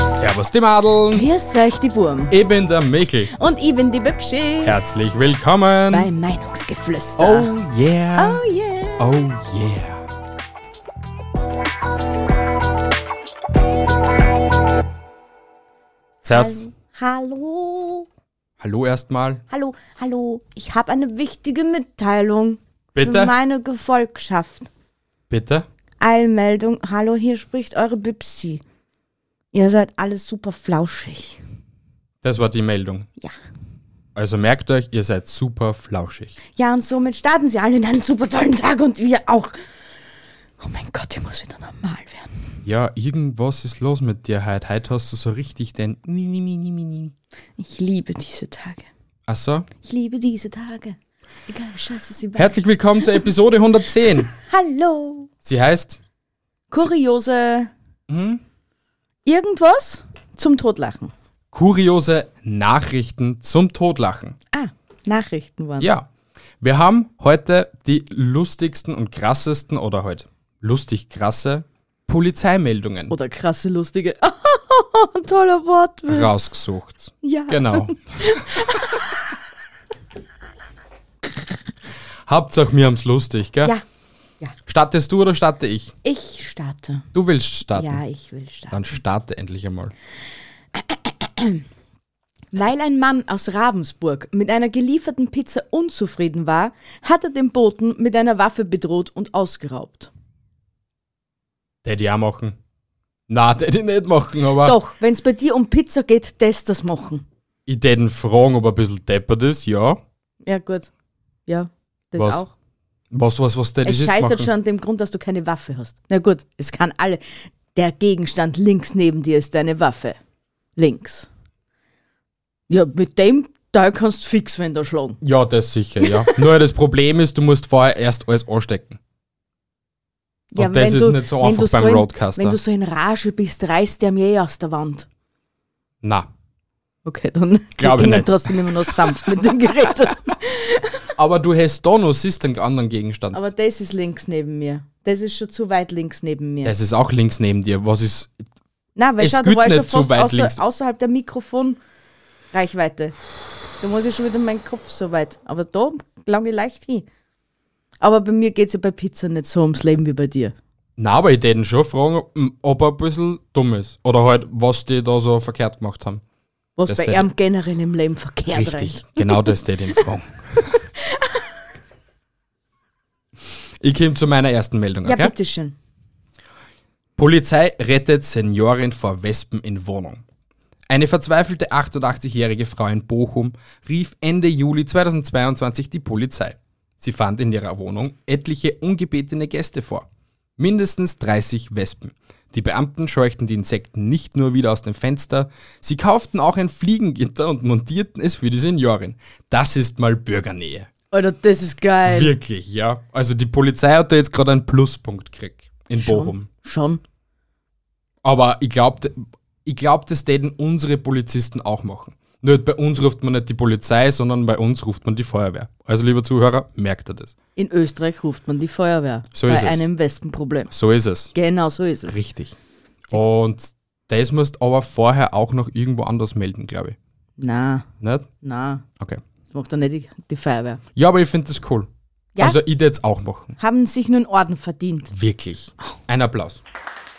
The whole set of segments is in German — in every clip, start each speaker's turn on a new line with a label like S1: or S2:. S1: Servus die Madeln.
S2: Grüß euch, die Burm.
S1: Ich bin der Michel.
S2: Und ich bin die Bibschi.
S1: Herzlich willkommen.
S2: Bei Meinungsgeflüster.
S1: Oh yeah.
S2: oh yeah.
S1: Oh yeah. Zuerst,
S2: Hallo,
S1: hallo erstmal.
S2: hallo, hallo. Ich habe eine wichtige Mitteilung für
S1: Bitte,
S2: meine Gefolgschaft.
S1: bitte.
S2: Eilmeldung. Hallo, hier spricht eure Bibsi. Ihr seid alle super flauschig.
S1: Das war die Meldung.
S2: Ja.
S1: Also merkt euch, ihr seid super flauschig.
S2: Ja, und somit starten sie alle in einen super tollen Tag und wir auch. Oh mein Gott, ich muss wieder normal werden.
S1: Ja, irgendwas ist los mit dir heute. Heute hast du so richtig den... Mi, mi, mi, mi, mi, mi.
S2: Ich liebe diese Tage.
S1: Ach so.
S2: Ich liebe diese Tage. Egal wie scheiße sie waren.
S1: Herzlich willkommen zur Episode 110.
S2: Hallo.
S1: Sie heißt...
S2: Kuriose.
S1: Hm?
S2: Irgendwas zum Totlachen.
S1: Kuriose Nachrichten zum Todlachen.
S2: Ah, Nachrichten waren.
S1: Ja, wir haben heute die lustigsten und krassesten oder heute lustig krasse Polizeimeldungen
S2: Oder krasse, lustige. Toller Wortwitz.
S1: rausgesucht.
S2: Ja.
S1: Genau. Hauptsache mir haben's lustig, gell?
S2: Ja,
S1: Startest du oder starte ich?
S2: ich starte.
S1: Du willst starten.
S2: Ja, ich will starten.
S1: Dann starte endlich einmal.
S2: Weil ein Mann aus Ravensburg mit einer gelieferten Pizza unzufrieden war, hat er den Boten mit einer Waffe bedroht und ausgeraubt.
S1: Täte ich auch machen. Na, täte ich nicht machen, aber
S2: Doch, wenn es bei dir um Pizza geht, das das machen.
S1: ich täte ihn fragen, ob er ein bisschen deppert ist, ja.
S2: Ja, gut. Ja, das
S1: Was?
S2: auch.
S1: Was, was, was täte ich
S2: Es
S1: jetzt
S2: scheitert
S1: machen?
S2: schon an dem Grund, dass du keine Waffe hast. Na gut, es kann alle. Der Gegenstand links neben dir ist deine Waffe. Links. Ja, mit dem Teil kannst du fix, wenn da schlagen.
S1: Ja, das sicher, ja. Nur das Problem ist, du musst vorher erst alles anstecken.
S2: Ja,
S1: Und das
S2: wenn
S1: ist nicht so
S2: wenn
S1: einfach
S2: du
S1: beim
S2: in-
S1: Roadcaster.
S2: Wenn du so in Rage bist, reißt der mir eh aus der Wand.
S1: Na,
S2: Okay, dann
S1: Glaub ich
S2: hängen
S1: nicht.
S2: trotzdem immer noch sanft mit dem Gerät.
S1: aber du hast da noch, siehst den anderen Gegenstand.
S2: Aber das ist links neben mir. Das ist schon zu weit links neben mir.
S1: das ist auch links neben dir. Was ist.
S2: Nein, weil
S1: Es
S2: schau, du
S1: geht
S2: warst schon
S1: nicht so
S2: fast
S1: weit
S2: außer,
S1: links.
S2: außerhalb der Mikrofonreichweite. Da muss ich schon wieder meinen Kopf so weit. Aber da lange leicht hin. Aber bei mir geht es ja bei Pizza nicht so ums Leben wie bei dir.
S1: Na, aber ich täte ihn schon fragen, m, ob er ein bisschen dumm ist. Oder halt, was die da so verkehrt gemacht haben.
S2: Was
S1: Das
S2: bei
S1: hätte-
S2: ihm generell im Leben verkehrt
S1: Richtig,
S2: rennt.
S1: genau das täte ich ihn fragen. ich komme zu meiner ersten Meldung,
S2: Ja,
S1: okay?
S2: bitteschön.
S1: Polizei rettet Seniorin vor Wespen in Wohnung. Eine verzweifelte 88-jährige Frau in Bochum rief Ende Juli 2022 die Polizei. Sie fand in ihrer Wohnung etliche ungebetene Gäste vor. Mindestens 30 Wespen. Die Beamten scheuchten die Insekten nicht nur wieder aus dem Fenster, sie kauften auch ein Fliegengitter und montierten es für die Seniorin. Das ist mal Bürgernähe.
S2: Alter, das ist geil.
S1: Wirklich, ja. Also die Polizei hat da jetzt gerade einen Pluspunkt gekriegt in Bochum.
S2: Schon.
S1: Aber ich glaube, ich glaub, das täten unsere Polizisten auch machen. Nur bei uns ruft man nicht die Polizei, sondern bei uns ruft man die Feuerwehr. Also, lieber Zuhörer, merkt ihr das.
S2: In Österreich ruft man die Feuerwehr.
S1: So
S2: bei
S1: ist es.
S2: einem Wespenproblem.
S1: So ist es.
S2: Genau so ist es.
S1: Richtig. Und das musst aber vorher auch noch irgendwo anders melden, glaube ich.
S2: Na,
S1: Nicht?
S2: na,
S1: Okay.
S2: das macht doch nicht die, die Feuerwehr.
S1: Ja, aber ich finde das cool.
S2: Ja?
S1: Also, ich würde es auch machen.
S2: Haben sich nun Orden verdient.
S1: Wirklich. Ein Applaus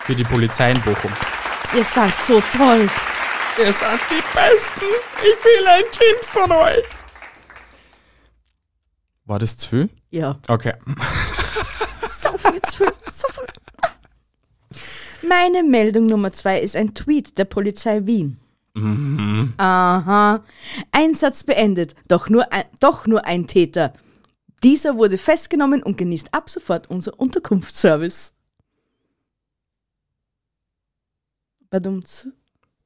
S1: für die Polizei in Bochum.
S2: Ihr seid so toll.
S1: Ihr seid die Besten. Ich will ein Kind von euch. War das zu viel?
S2: Ja.
S1: Okay.
S2: So viel zu viel. So viel. Meine Meldung Nummer zwei ist ein Tweet der Polizei Wien. Aha. Einsatz beendet, doch nur, ein, doch nur ein Täter. Dieser wurde festgenommen und genießt ab sofort unser Unterkunftsservice. Badumts.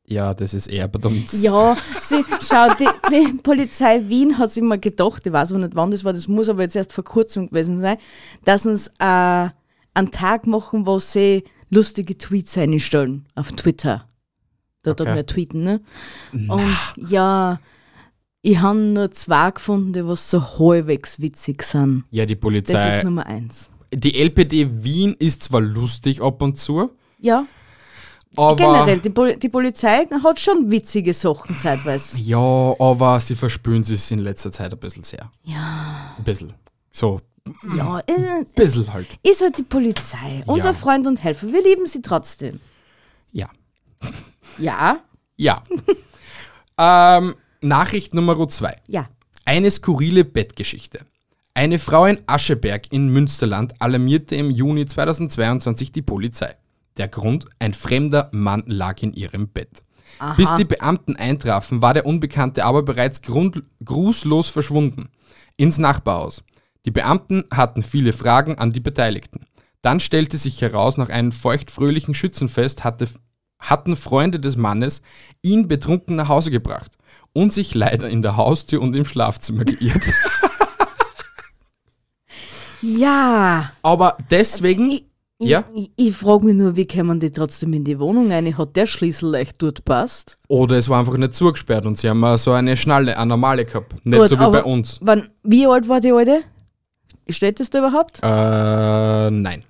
S1: Ja, das ist eher bedummt.
S2: Ja, sie, schau, die, die Polizei Wien hat sich mal gedacht, ich weiß aber nicht wann das war, das muss aber jetzt erst vor kurzem gewesen sein, dass uns äh, einen Tag machen, wo sie lustige Tweets einstellen auf Twitter. Da okay.
S1: Okay.
S2: dort mehr tweeten, ne? Und ja, ich habe nur zwei gefunden, die was so halbwegs witzig sind.
S1: Ja, die
S2: Das ist
S1: Polizei.
S2: Nummer eins.
S1: Die LPD Wien ist zwar lustig ab und zu,
S2: Ja,
S1: Aber,
S2: Generell, die, Pol die Polizei hat schon witzige Sachen zeitweise.
S1: Ja, aber sie verspüren sich in letzter Zeit ein bisschen sehr.
S2: Ja,
S1: Ein bisschen. So,
S2: ja, äh,
S1: ein bisschen halt.
S2: ist halt die Polizei. Unser
S1: Ja.
S2: Freund und Helfer. Wir lieben sie trotzdem.
S1: Ja.
S2: Ja,
S1: Ja. ähm, Nachricht Nummer zwei.
S2: ja.
S1: Eine skurrile Bettgeschichte. Eine Frau in Ascheberg in Münsterland alarmierte im Juni 2022 die Polizei. Der Grund, ein fremder Mann lag in ihrem Bett. Bis die Beamten eintrafen, war der Unbekannte aber bereits grund grußlos verschwunden. Ins Nachbarhaus. Die Beamten hatten viele Fragen an die Beteiligten. Dann stellte sich heraus, nach einem feuchtfröhlichen Schützenfest hatte, hatten Freunde des Mannes ihn betrunken nach Hause gebracht und sich leider in der Haustür und im Schlafzimmer geirrt.
S2: Ja.
S1: Aber deswegen,
S2: Ich, ich,
S1: Ja?
S2: ich, ich frage mich nur, wie kämen die trotzdem in die Wohnung rein? Hat der Schlüssel leicht dort passt?
S1: oder es war einfach nicht zugesperrt und sie haben äh, so eine Schnalle, eine normale gehabt. Nicht
S2: Gut,
S1: so wie bei
S2: aber
S1: uns.
S2: Wann, wie alt war die Alte? Steht das da überhaupt?
S1: Äh, nein.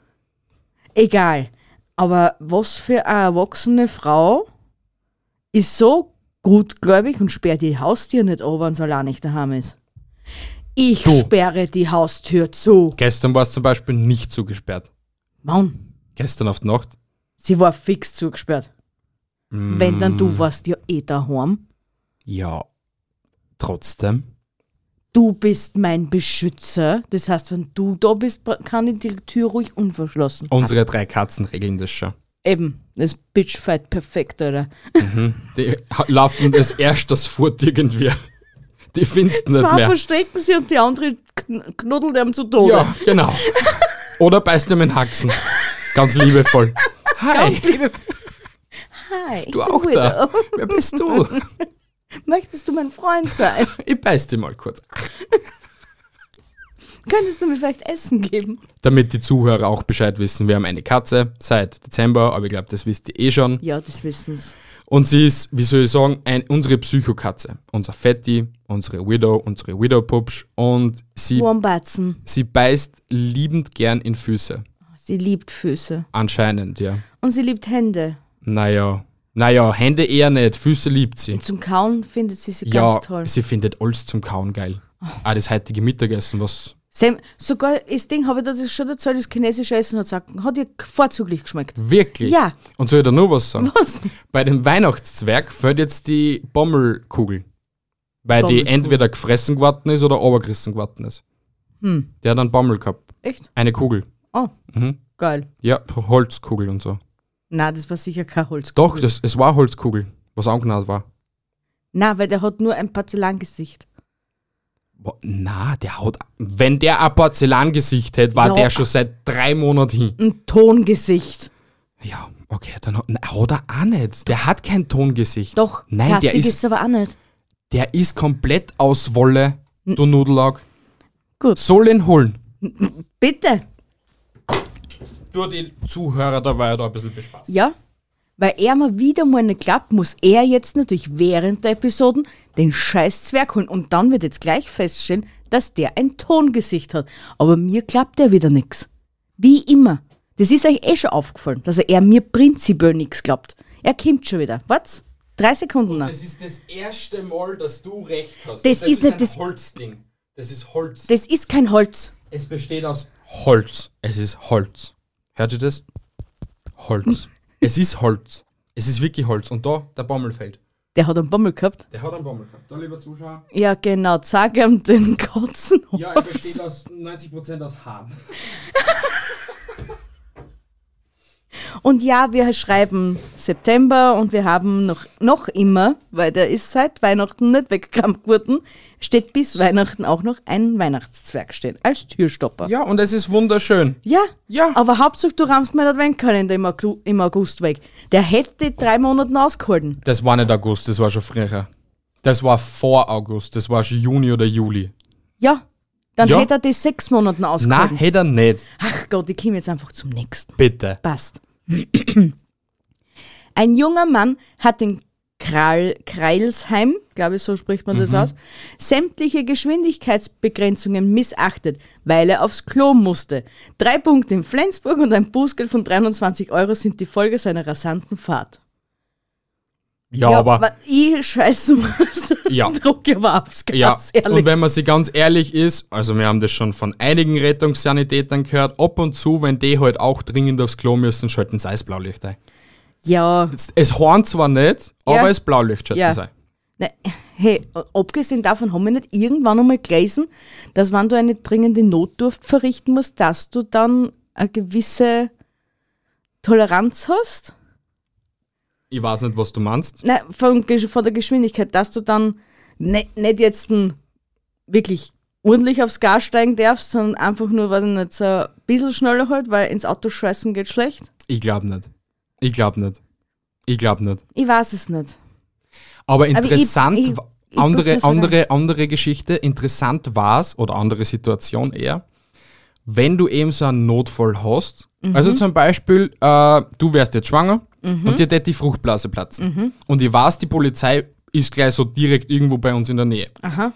S2: Egal. Aber was für eine erwachsene Frau ist so gutgläubig und sperrt die Haustür nicht an, wenn sie allein nicht daheim ist? Ich
S1: Du.
S2: sperre die Haustür zu.
S1: Gestern war es zum Beispiel nicht zugesperrt.
S2: Mann,
S1: Gestern auf die Nacht.
S2: sie war fix zugesperrt. Wenn dann
S1: Mm.
S2: du warst ja eh daheim.
S1: Ja, trotzdem.
S2: Du bist mein Beschützer. Das heißt, wenn du da bist, kann ich die Tür ruhig unverschlossen.
S1: Unsere drei Katzen regeln das schon.
S2: Eben, das Bitchfight perfekt, oder?
S1: Die ha- laufen das erst das Furt irgendwie. Die findest nicht
S2: Zwei
S1: mehr.
S2: verstecken sie und die andere kn- knuddelt einem zu Tode.
S1: Ja, genau. Oder beißt ihm in Haxen. Ganz liebevoll. Hi,
S2: Hi,
S1: du auch da. Wer bist du?
S2: Möchtest du mein Freund sein?
S1: Ich beiß dir mal kurz.
S2: Könntest du mir vielleicht Essen geben?
S1: Damit die Zuhörer auch Bescheid wissen, wir haben eine Katze seit Dezember, aber ich glaube, das wisst ihr eh schon.
S2: Ja, das wissen sie.
S1: Und sie ist, wie soll ich sagen, ein, unsere Psychokatze. Unser Fetti, unsere Widow, unsere Widow-Pupsch. Und sie,
S2: Wombatzen.
S1: sie beißt liebend gern in Füße.
S2: Sie liebt Füße.
S1: Anscheinend, ja.
S2: Und sie liebt Hände.
S1: Naja, naja, Hände eher nicht, Füße liebt sie.
S2: Zum Kauen findet sie sie
S1: Ja,
S2: ganz toll.
S1: sie findet alles zum Kauen geil. Ah, das heutige Mittagessen, was...
S2: Sam, sogar das Ding habe ich dir das schon erzählt, das chinesische Essen hat, gesagt, hat ihr vorzüglich geschmeckt.
S1: Wirklich?
S2: Ja.
S1: Und soll ich da noch was sagen?
S2: Was?
S1: Bei dem Weihnachtszwerg fällt jetzt die Bommelkugel. Weil die
S2: Bommelkugel.
S1: entweder gefressen geworden ist oder obergerissen geworden ist.
S2: Hm.
S1: Der hat einen Bommel gehabt.
S2: Echt?
S1: Eine Kugel.
S2: Oh,
S1: Mhm.
S2: geil.
S1: Ja, Holzkugel und so.
S2: Na, das war sicher kein Holz.
S1: Doch, das, es war Holzkugel, was angenagt war.
S2: Na, weil der hat nur ein Porzellangesicht.
S1: Boah, na, der haut. Wenn der ein Porzellangesicht hätte, war
S2: Ja.
S1: der schon seit drei Monaten hin.
S2: Ein Tongesicht.
S1: Ja, okay, dann hat, na, hat er auch nicht. Der hat kein Tongesicht.
S2: Doch,
S1: Nein,
S2: Plastik
S1: der ist,
S2: ist aber auch nicht.
S1: der ist komplett aus Wolle, du Nudellack.
S2: Gut.
S1: Soll ihn holen.
S2: Bitte.
S1: Nur die Zuhörer dabei da ein bisschen bespaßt.
S2: Ja, weil er mal wieder mal nicht klappt, muss er jetzt natürlich während der Episoden den scheiß Zwerg holen. Und dann wird jetzt gleich feststellen, dass der ein Tongesicht hat. Aber mir klappt er wieder nix. Wie immer. Das ist euch eh schon aufgefallen, dass er eher mir prinzipiell nix glaubt. Er kommt schon wieder. Was? Drei Sekunden noch.
S1: Es ist das erste Mal, dass du recht hast.
S2: Das ist nicht das-
S1: Holzding. Das ist Holz.
S2: Das ist kein Holz.
S1: es besteht aus Holz. Es ist Holz. Hört ihr das? Holz. es ist Holz. Es ist wirklich Holz. Und da der Bommel fällt.
S2: Der hat einen Bommel gehabt.
S1: Der hat einen Bommel gehabt. Da, lieber Zuschauer.
S2: Ja, genau. Zeig ihm den kurzen Holz.
S1: Ja, er besteht aus 90% aus Haaren.
S2: Und ja, wir schreiben September und wir haben noch, noch immer, weil der ist seit Weihnachten nicht weggekramt worden, steht bis Weihnachten auch noch ein Weihnachtszwerg stehen, als Türstopper. Ja,
S1: Ja, und es ist wunderschön. Ja.
S2: aber Hauptsache du rammst mir den Adventkalender im August, im August weg. Der hätte drei Monate ausgehalten.
S1: Das war nicht August, das war schon früher. Das war vor August, das war schon Juni oder Juli.
S2: Ja, dann
S1: Ja.
S2: hätte er die sechs Monate
S1: Na,
S2: ausgehalten.
S1: hätte er nicht.
S2: Ach Gott, ich komme jetzt einfach zum nächsten.
S1: Bitte.
S2: Passt. Ein junger Mann hat den Kral Kreilsheim, glaube ich, so spricht man
S1: Mhm.
S2: das aus, sämtliche Geschwindigkeitsbegrenzungen missachtet, weil er aufs Klo musste. Drei Punkte in Flensburg und ein Bußgeld von 23 Euro sind die Folge seiner rasanten Fahrt.
S1: Ja, aber.
S2: wa- Ich scheiße, was
S1: Ja.
S2: Druck war aufs Gas,
S1: Ja,
S2: ehrlich.
S1: und wenn man sie ganz ehrlich ist, also wir haben das schon von einigen Rettungssanitätern gehört, ab und zu, wenn die halt auch dringend aufs Klo müssen, schalten sie das Blaulicht ein.
S2: ja.
S1: Es, es hornt zwar nicht,
S2: Ja.
S1: aber es Blaulicht schalten
S2: Ja.
S1: sie ein.
S2: Na, hey, abgesehen davon haben wir nicht irgendwann einmal gelesen, dass wenn du eine dringende Notdurft verrichten musst, dass du dann eine gewisse Toleranz hast?
S1: Ich weiß nicht, was du meinst.
S2: Nein, von, Gesch- von der Geschwindigkeit, dass du dann ne, nicht jetzt ein, wirklich ordentlich aufs Gas steigen darfst, sondern einfach nur, weiß ich nicht, so ein bisschen schneller halt, weil ins Auto scheißen geht schlecht.
S1: Ich glaube nicht. Ich glaube nicht. Ich glaube nicht.
S2: Ich weiß es nicht.
S1: Aber interessant,
S2: ich-
S1: wa-
S2: ich guck mir
S1: andere,
S2: so
S1: andere, andere Geschichte, interessant war es, oder andere Situation eher, wenn du eben so einen Notfall hast,
S2: Mhm.
S1: also zum Beispiel, äh, du wärst jetzt schwanger und dir tät die Fruchtblase platzen.
S2: Mhm.
S1: Und ich weiß, die Polizei ist gleich so direkt irgendwo bei uns in der Nähe.
S2: Aha.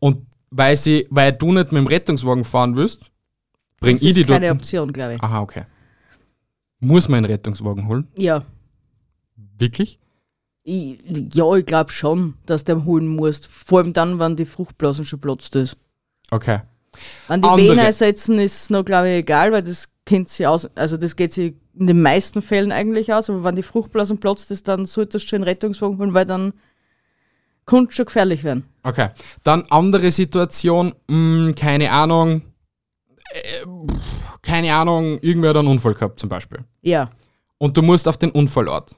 S1: Und weil, sie, weil du nicht mit dem Rettungswagen fahren willst, bring
S2: Das
S1: ich die
S2: ist
S1: dort.
S2: keine Option, glaube ich.
S1: Aha, okay. Muss man einen Rettungswagen holen?
S2: Ja.
S1: Wirklich?
S2: Ich, ja, ich glaube schon, dass du ihn holen musst. Vor allem dann, wenn die Fruchtblasen schon platzt ist.
S1: Okay.
S2: Wenn die
S1: Andere.
S2: Venen ersetzen, ist es noch, glaube ich, egal, weil das kennt sie aus, also das geht sie in den meisten Fällen eigentlich aus, aber wenn die Fruchtblasen platzt ist, dann solltest du schon einen Rettungswagen holen, weil dann könnte schon gefährlich werden.
S1: Okay. Dann andere Situation, mh, keine Ahnung. äh, pff, Keine Ahnung, irgendwer hat einen Unfall gehabt zum Beispiel.
S2: Ja.
S1: Und du musst auf den Unfallort.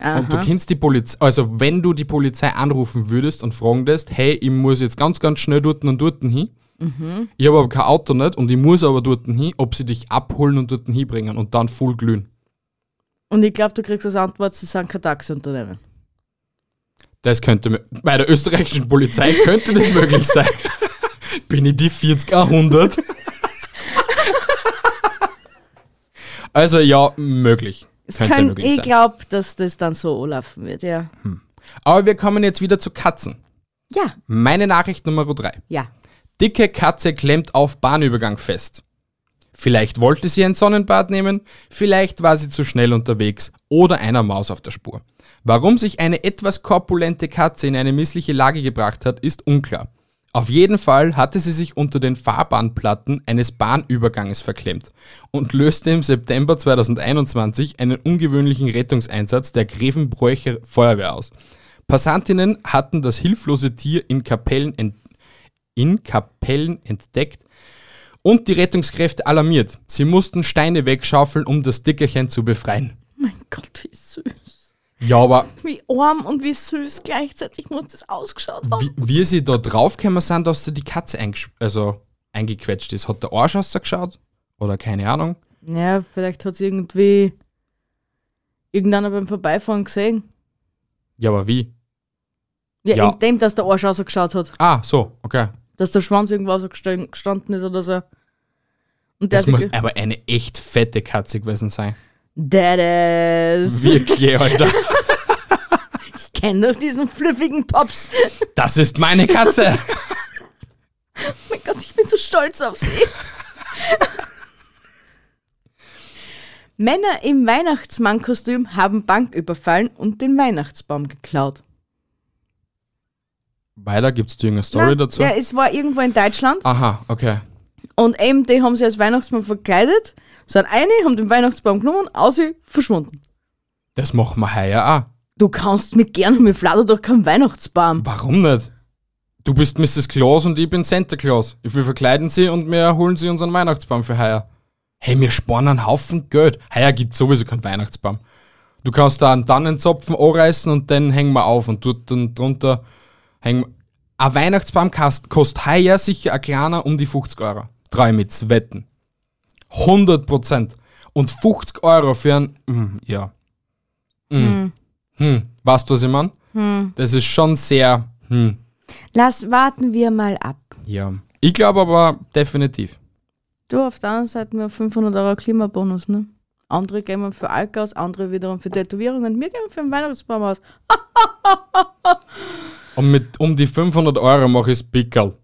S2: Aha.
S1: Und du kennst die Polizei, also wenn du die Polizei anrufen würdest und fragen lässt, hey, ich muss jetzt ganz, ganz schnell dorten und dorten hin. Ich habe aber kein Auto nicht und ich muss aber dorten hin, ob sie dich abholen und dorten hinbringen und dann voll glühen.
S2: Und ich glaube, du kriegst als Antwort, sie sind kein Taxiunternehmen.
S1: Das könnte mir- bei der österreichischen Polizei könnte das möglich sein. Bin ich die 40 100? also ja, möglich.
S2: Es
S1: könnte
S2: kann, eh
S1: möglich
S2: ich
S1: sein.
S2: glaube, dass das dann so anlaufen wird, ja.
S1: Aber wir kommen jetzt wieder zu Katzen.
S2: Ja,
S1: Meine Nachricht Nummer 3.
S2: ja.
S1: Dicke Katze klemmt auf Bahnübergang fest. Vielleicht wollte sie ein Sonnenbad nehmen, vielleicht war sie zu schnell unterwegs oder einer Maus auf der Spur. Warum sich eine etwas korpulente Katze in eine missliche Lage gebracht hat, ist unklar. Auf jeden Fall hatte sie sich unter den Fahrbahnplatten eines Bahnüberganges verklemmt und löste im September 2021 einen ungewöhnlichen Rettungseinsatz der Grevenbräucher Feuerwehr aus. Passantinnen hatten das hilflose Tier in Kapellen ent in Kapellen entdeckt und die Rettungskräfte alarmiert. Sie mussten Steine wegschaufeln, um das Dickerchen zu befreien.
S2: Mein Gott, wie süß.
S1: Ja, aber
S2: Wie arm und wie süß gleichzeitig muss das ausgeschaut haben.
S1: wie, wie sie da draufgekommen sind, dass sie die Katze eingesch- also eingequetscht ist. Hat der Arsch ausgeschaut? Oder keine Ahnung.
S2: Ja, vielleicht hat es irgendwie irgendeiner beim Vorbeifahren gesehen.
S1: Ja, aber wie?
S2: Ja,
S1: Ja.
S2: in dem, dass der Arsch rausgeschaut hat.
S1: Ah, so, okay.
S2: Dass der Schwanz irgendwo rausgestanden gestanden ist oder so. Und der
S1: Das
S2: hat
S1: muss
S2: sich-
S1: aber eine echt fette Katze gewesen sein.
S2: That is.
S1: Wirklich, Alter.
S2: Ich kenne doch diesen fluffigen Pops.
S1: Das ist meine Katze.
S2: Mein Gott, ich bin so stolz auf sie. Männer im Weihnachtsmannkostüm haben Bank überfallen und den Weihnachtsbaum geklaut.
S1: Weiter gibt's dir irgendeine Story
S2: Nein,
S1: dazu?
S2: Ja, es war irgendwo in Deutschland.
S1: Aha, okay.
S2: Und eben, die haben sie als Weihnachtsmann verkleidet, sind eine, haben den Weihnachtsbaum genommen, aus verschwunden.
S1: Das machen wir heuer auch.
S2: Du kannst mich gerne, mir flattert doch kein Weihnachtsbaum.
S1: Warum nicht? Du bist Mrs. Claus und ich bin Santa Claus. Wir verkleiden sie und wir holen sie unseren Weihnachtsbaum für heuer. Hey, wir sparen einen Haufen Geld. Heuer gibt's sowieso keinen Weihnachtsbaum. Du kannst da einen Tannenzapfen anreißen und den hängen wir auf und dort dann drunter hängen Ein Weihnachtsbaum kost- kostet heuer sicher ein kleiner um die 50 Euro. Trau ich mit's wetten. 100 Prozent. Und 50 Euro für einen, mm, ja. Mm. Hm. Weißt du, was ich meine? Das ist schon sehr, hm,
S2: Lass, warten wir mal ab.
S1: ja. Ich glaube aber definitiv.
S2: Du, auf der anderen Seite nur 500 Euro Klimabonus, ne? Andere geben für Alk aus, andere wiederum für Tätowierungen. Wir geben für einen Weihnachtsbaum aus.
S1: Und mit um die 500 Euro mache ich Pickel.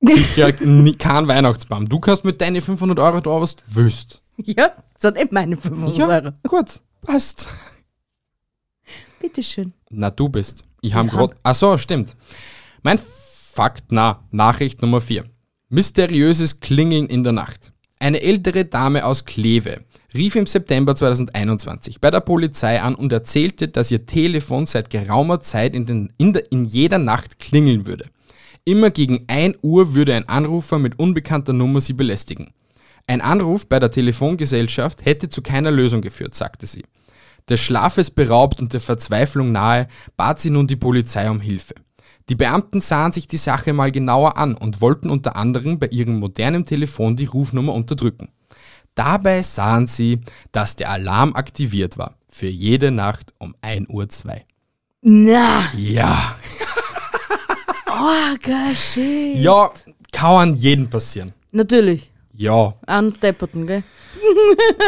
S1: Sicher nie- kein Weihnachtsbaum. Du kannst mit deinen 500 Euro da was du willst.
S2: Ja, das sind eben meine 500 Euro.
S1: gut. Passt.
S2: Bitteschön.
S1: Na, du bist. Ich habe gerade. Ach so, stimmt. Mein Fakt, na, Nachricht Nummer 4. Mysteriöses Klingeln in der Nacht. Eine ältere Dame aus Kleve rief im September 2021 bei der Polizei an und erzählte, dass ihr Telefon seit geraumer Zeit in, den, in, der, in jeder Nacht klingeln würde. Immer gegen 1 Uhr würde ein Anrufer mit unbekannter Nummer sie belästigen. Ein Anruf bei der Telefongesellschaft hätte zu keiner Lösung geführt, sagte sie. Des Schlafes beraubt und der Verzweiflung nahe, bat sie nun die Polizei um Hilfe. Die Beamten sahen sich die Sache mal genauer an und wollten unter anderem bei ihrem modernen Telefon die Rufnummer unterdrücken. Dabei sahen sie, dass der Alarm aktiviert war. Für jede Nacht um 1.02 Uhr.
S2: Na,
S1: Ja.
S2: arger Shit.
S1: Ja, kann an jeden passieren.
S2: Natürlich.
S1: Ja.
S2: An Depperten, gell?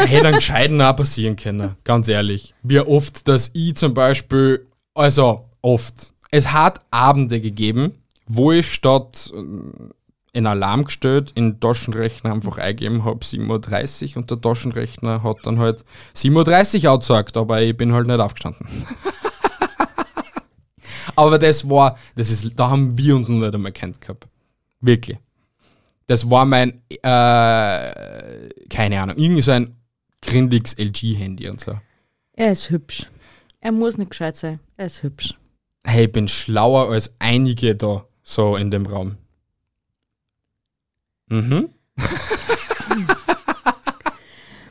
S1: hätte einen gescheiten auch passieren können, ganz ehrlich. Wie oft, dass ich zum Beispiel, also oft, es hat Abende gegeben, wo ich statt ähm, einen Alarm gestellt, in den Taschenrechner einfach eingegeben habe, 7.30 Uhr und der Taschenrechner hat dann halt 7.30 Uhr ausgesagt, aber ich bin halt nicht aufgestanden. aber das war, das ist, da haben wir uns noch nicht einmal kennt gehabt. Wirklich. Das war mein, äh, keine Ahnung, irgend so ein grindiges LG-Handy und so.
S2: Er ist hübsch. Er muss nicht gescheit sein. Er ist hübsch.
S1: Hey, ich bin schlauer als einige da so in dem Raum. Mhm.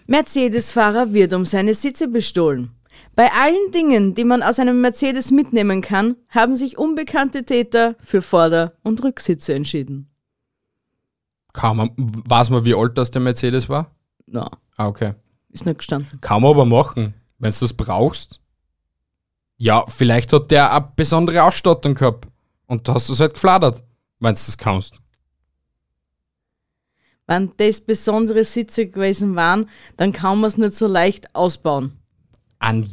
S2: Mercedes-Fahrer wird um seine Sitze bestohlen. Bei allen Dingen, die man aus einem Mercedes mitnehmen kann, haben sich unbekannte Täter für Vorder- und Rücksitze entschieden.
S1: Kann man, weiß man, wie alt das der Mercedes war?
S2: Na,
S1: Ah, okay.
S2: ist nicht gestanden.
S1: Kann man aber machen, wenn du das brauchst. Ja, vielleicht hat der eine besondere Ausstattung gehabt. Und da hast du es halt gefladert, wenn du das kannst.
S2: Wenn das besondere Sitze gewesen waren, dann kann man es nicht so leicht ausbauen.
S1: An,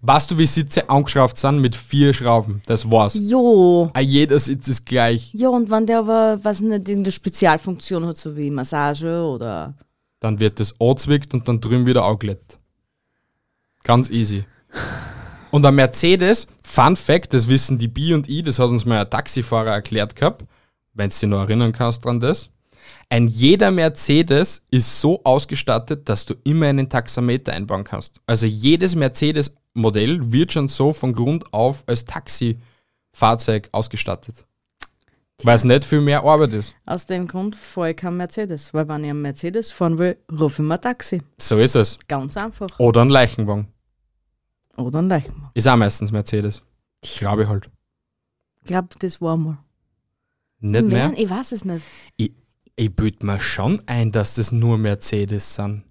S1: weißt du, wie Sitze angeschraubt sind? Mit vier Schrauben. Das war's.
S2: Jo.
S1: Ah, jeder Sitz ist gleich.
S2: Ja, und wenn der aber, was nicht, irgendeine Spezialfunktion hat, so wie Massage oder.
S1: Dann wird das angezwickt und dann drüben wieder angelegt. Ganz easy. Und ein Mercedes, Fun Fact, das wissen die B und I, das hat uns mal ein Taxifahrer erklärt gehabt, wenn du dich noch erinnern kannst dran das. Ein jeder Mercedes ist so ausgestattet, dass du immer einen Taxameter einbauen kannst. Also jedes Mercedes-Modell wird schon so von Grund auf als Taxifahrzeug ausgestattet. Weil es nicht viel mehr Arbeit ist.
S2: Aus dem Grund fahre ich kein Mercedes, weil wenn ich einen Mercedes fahren will, rufe ich mir ein Taxi.
S1: So ist es.
S2: Ganz einfach.
S1: Oder ein Leichenwagen.
S2: Oder ein Leichmann.
S1: Ist auch meistens Mercedes. Ich glaube halt.
S2: Ich glaube, das war mal.
S1: Nicht mehr?
S2: Nein, ich weiß es nicht.
S1: Ich, ich büte mir schon ein, dass das nur Mercedes sind.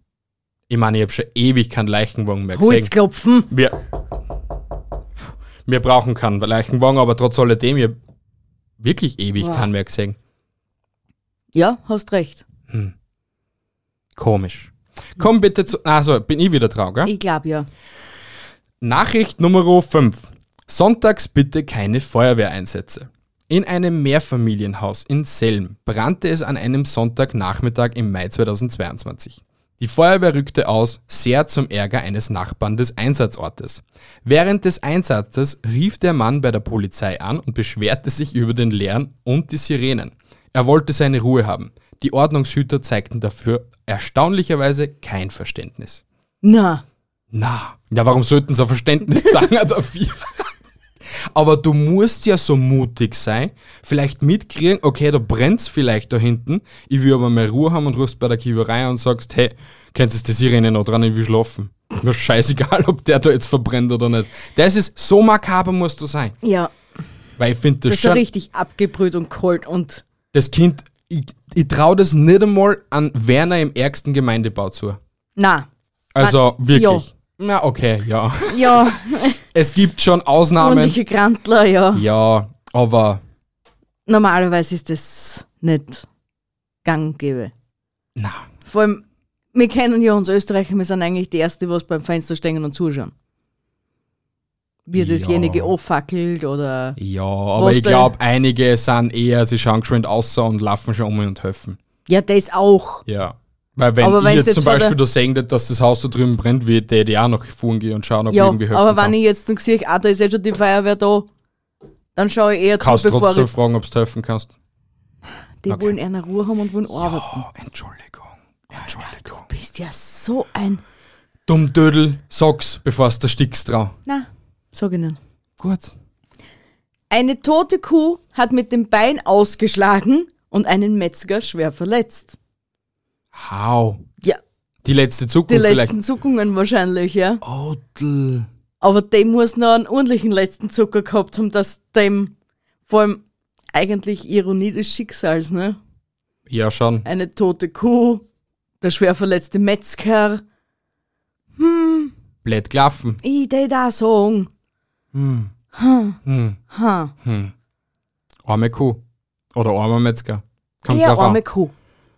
S1: Ich meine, ich habe schon ewig keinen Leichenwagen mehr gesehen.
S2: Holzklopfen.
S1: Wir, wir brauchen keinen Leichenwagen, aber trotz alledem, ich hab wirklich ewig
S2: Wow.
S1: keinen mehr gesehen.
S2: Ja, hast recht.
S1: Komisch. Komm bitte zu. Also, bin ich wieder dran, gell?
S2: Ich glaube ja.
S1: Nachricht Nummer 5. Sonntags bitte keine Feuerwehreinsätze. In einem Mehrfamilienhaus in Selm brannte es an einem Sonntagnachmittag im Mai 2022. Die Feuerwehr rückte aus, sehr zum Ärger eines Nachbarn des Einsatzortes. Während des Einsatzes rief der Mann bei der Polizei an und beschwerte sich über den Lärm und die Sirenen. Er wollte seine Ruhe haben. Die Ordnungshüter zeigten dafür erstaunlicherweise kein Verständnis.
S2: Na,
S1: Na, ja, warum sollten sie ein Verständnis zeigen dafür? Aber du musst ja so mutig sein, vielleicht mitkriegen, okay, da brennt's vielleicht da hinten, ich will aber mehr Ruhe haben und rufst bei der Kiewerei an und sagst, hey, kennst du die Sirene noch dran, ich will schlafen. Mir scheißegal, ob der da jetzt verbrennt oder nicht. Das ist, so makaber musst du sein.
S2: ja.
S1: Weil ich finde das,
S2: Das ist
S1: schon,
S2: richtig abgebrüht und kalt und.
S1: das Kind, ich, ich traue das nicht einmal an Werner im ärgsten Gemeindebau zu.
S2: Na.
S1: Also
S2: Ah,
S1: wirklich. Na, okay, ja.
S2: Ja,
S1: Es gibt schon Ausnahmen.
S2: ordentliche Grantler, ja.
S1: Ja, aber
S2: Normalerweise ist das nicht gang und gäbe.
S1: na,
S2: Vor allem, wir kennen ja uns Österreicher, wir sind eigentlich die Erste, was beim Fenster stehen und zuschauen. Wie
S1: Ja.
S2: dasjenige auffackelt oder.
S1: Ja, aber
S2: Was
S1: ich
S2: denn?
S1: glaube, einige sind eher, sie schauen geschwind außer und laufen schon um und helfen.
S2: Ja, das auch.
S1: Ja. Weil wenn
S2: Aber
S1: ich
S2: wenn's
S1: jetzt,
S2: jetzt
S1: zum
S2: vor
S1: Beispiel
S2: der-
S1: da sehen, dass das Haus da drüben brennt, würde ich auch noch fahren gehen und schauen, ob
S2: ja,
S1: ich irgendwie helfen
S2: aber
S1: kann.
S2: wenn ich jetzt dann sehe, ah, da ist jetzt schon die Feuerwehr da, dann schaue ich eher zu,
S1: kannst
S2: bevor
S1: trotzdem
S2: ich,
S1: fragen, ob du helfen kannst.
S2: die
S1: okay.
S2: wollen eher eine Ruhe haben und wollen arbeiten.
S1: Oh, Entschuldigung. Entschuldigung.
S2: Du bist ja so ein.
S1: Dumm Dödel, sag's, bevor es der stickst drauf.
S2: Na, sag ich nicht.
S1: Gut.
S2: Eine tote Kuh hat mit dem Bein ausgeschlagen und einen Metzger schwer verletzt.
S1: How?
S2: Ja,
S1: Die letzte Zukunft
S2: die
S1: vielleicht.
S2: letzten Zuckungen wahrscheinlich, ja.
S1: Odl.
S2: Aber dem muss noch einen ordentlichen letzten Zucker gehabt haben, dass dem vor allem eigentlich Ironie des Schicksals, ne?
S1: Ja, schon.
S2: Eine tote Kuh, der schwer verletzte Metzger.
S1: Blöd gelaufen.
S2: Ich tät da sagen.
S1: Hm.
S2: Ha.
S1: Arme Kuh. Oder armer Metzger. Kommt
S2: Ja,
S1: drauf
S2: arme
S1: an.
S2: Kuh.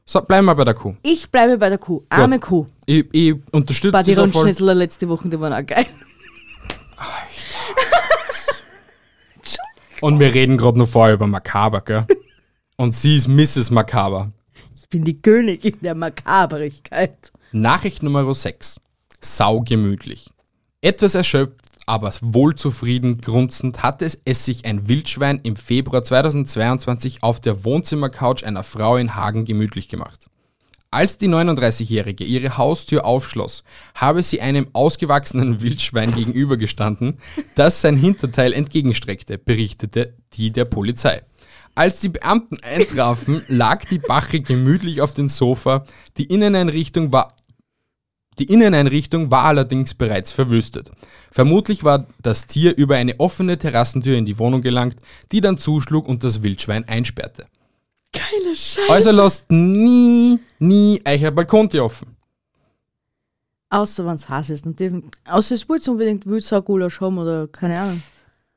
S1: So, bleiben wir bei der Kuh.
S2: Ich bleibe bei der Kuh. Arme Kuh.
S1: Ich, ich unterstütze
S2: War die
S1: dich da voll.
S2: Rundschnitzeler letzte Woche, die waren auch geil.
S1: Und wir reden gerade noch vorher über Makaber, gell? Und sie ist Mrs. Makaber.
S2: Ich bin die Königin der Makaberigkeit.
S1: Nachricht Nummer 6. Saugemütlich. Etwas erschöpft, aber wohlzufrieden grunzend hatte es, es sich ein Wildschwein im Februar 2022 auf der Wohnzimmercouch einer Frau in Hagen gemütlich gemacht. Als die 39-Jährige ihre Haustür aufschloss, habe sie einem ausgewachsenen Wildschwein gegenübergestanden, das sein Hinterteil entgegenstreckte, berichtete die der Polizei. Als die Beamten eintrafen, lag die Bache gemütlich auf dem Sofa, die Inneneinrichtung war die Inneneinrichtung war allerdings bereits verwüstet. Vermutlich war das Tier über eine offene Terrassentür in die Wohnung gelangt, die dann zuschlug und das Wildschwein einsperrte.
S2: Geiler Scheiß.
S1: Also lasst nie, nie euer Balkontür offen.
S2: Außer wenn es Hass ist. Und die, außer es wollte unbedingt Wildsaugulasch haben oder keine Ahnung.